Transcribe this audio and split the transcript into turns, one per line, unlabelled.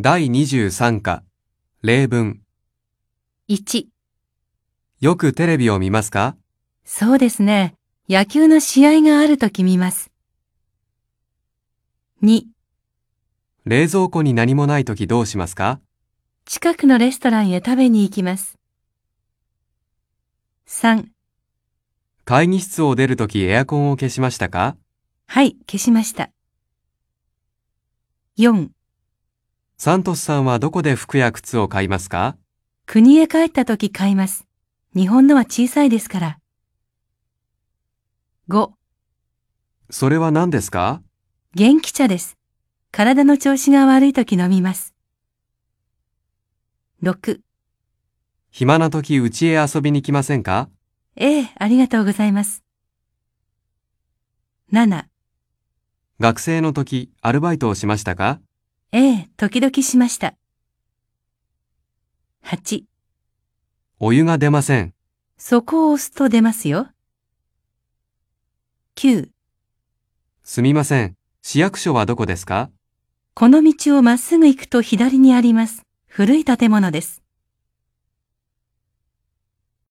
第23課、例文。
1、
よくテレビを見ますか
そうですね。野球の試合があるとき見ます。2、
冷蔵庫に何もない時どうしますか
近くのレストランへ食べに行きます。3、
会議室を出る時エアコンを消しましたか
はい、消しました。4、
サントスさんはどこで服や靴を買いますか
国へ帰ったとき買います。日本のは小さいですから。5、
それは何ですか
元気茶です。体の調子が悪いとき飲みます。6、
暇な時家へ遊びに来ませんか
ええ、ありがとうございます。7、
学生の時アルバイトをしましたか
ええ、時々しました。8、
お湯が出ません。
そこを押すと出ますよ。9、
すみません。市役所はどこですか
この道をまっすぐ行くと左にあります。古い建物です。